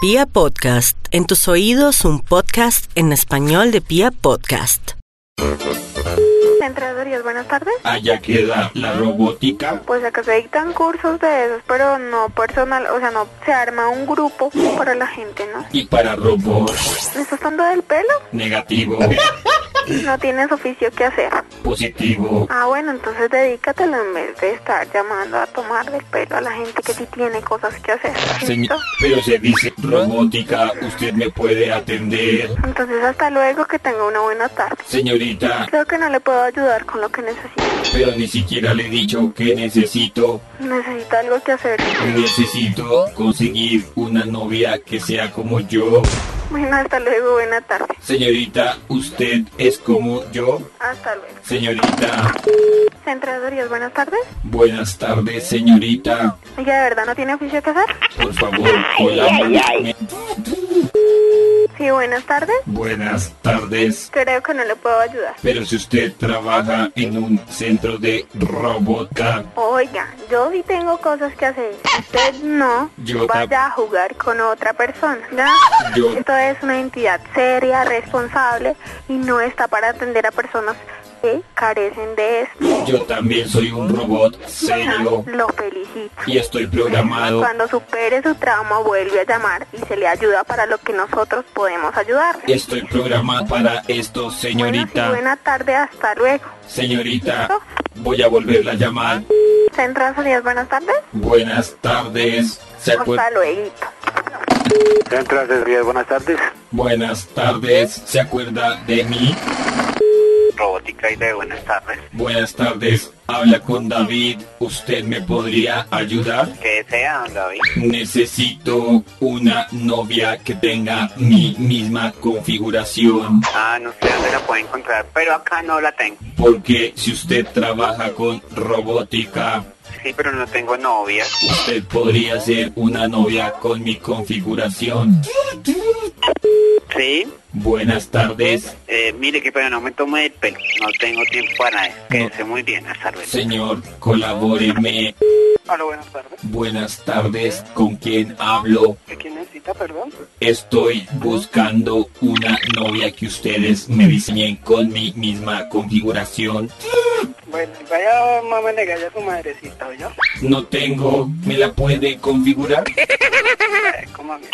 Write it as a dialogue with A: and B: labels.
A: Pia Podcast, en tus oídos un podcast en español de Pia Podcast.
B: Entrenadorías, buenas tardes.
C: Allá queda la robótica.
B: Pues acá se dictan cursos de esos, pero no personal, o sea, no se arma un grupo para la gente, ¿no?
C: Y para robots,
B: ¿Me estás dando del pelo?
C: negativo,
B: No tienes oficio que hacer.
C: positivo,
B: Ah, bueno, entonces dedícatelo en vez de estar llamando a tomar del pelo a la gente que sí tiene cosas que hacer.
C: señor.
B: ¿Listo?
C: Pero se dice robótica, usted me puede atender.
B: Entonces hasta luego, que tenga una buena tarde.
C: Señorita,
B: Creo que no le puedo ayudar con lo que necesito.
C: pero ni siquiera le he dicho que necesito.
B: Necesita algo que hacer.
C: Necesito conseguir una novia que sea como yo.
B: Bueno, hasta luego, buena tarde.
C: Señorita, usted es como yo.
B: Hasta luego.
C: Señorita,
B: Entrenadorías, buenas tardes.
C: buenas tardes, señorita.
B: Oiga, ¿de verdad no tiene oficio que hacer?
C: Por favor, colabore.
B: Sí, buenas tardes.
C: Buenas tardes.
B: Creo que no le puedo ayudar.
C: Pero si usted trabaja en un centro de robótica,
B: Oiga, yo sí tengo cosas que hacer. Usted no
C: Yo ta-
B: vaya a jugar con otra persona. ¿ya?
C: Yo-
B: Esto es una entidad seria, responsable y no está para atender a personas que carecen de esto.
C: yo también soy un robot serio
B: Lo felicito.
C: y estoy programado.
B: Cuando supere su trauma vuelve a llamar y se le ayuda para lo que nosotros podemos ayudar.
C: Estoy programado para esto, señorita.
B: buena tarde, hasta luego.
C: Señorita, voy a volverla a llamar.
B: Centro Sonidos, buenas tardes.
C: Buenas tardes. ¿Se acuer-
B: Hasta luego.
D: Centro de Asesorías, buenas tardes.
C: Buenas tardes. ¿Se acuerda de mí?
D: Robótica y de buenas tardes.
C: Buenas tardes. Habla con David. ¿Usted me podría ayudar?
D: ¿Qué desea, don David?
C: Necesito una novia que tenga mi misma configuración.
D: Ah, no sé dónde la puede encontrar, pero acá no la tengo.
C: Porque si usted trabaja con robótica,
D: Sí, pero no tengo novia.
C: usted podría ser una novia con mi configuración.
D: Sí,
C: Buenas tardes,
D: eh, mire que pero no me tome el pelo. No tengo tiempo para eso. Que esté muy bien, hasta luego.
C: señor, colabóreme.
D: Hola, buenas tardes.
C: Buenas tardes, ¿con quién hablo?
D: ¿De quién necesita, perdón?
C: Estoy buscando una novia que ustedes me diseñen con mi misma configuración.
D: Bueno, vaya mamá le a su madrecita, ¿o yo?
C: No tengo, ¿me la puede
D: Eh,
C: configurar?
D: ¿Cómo a mí?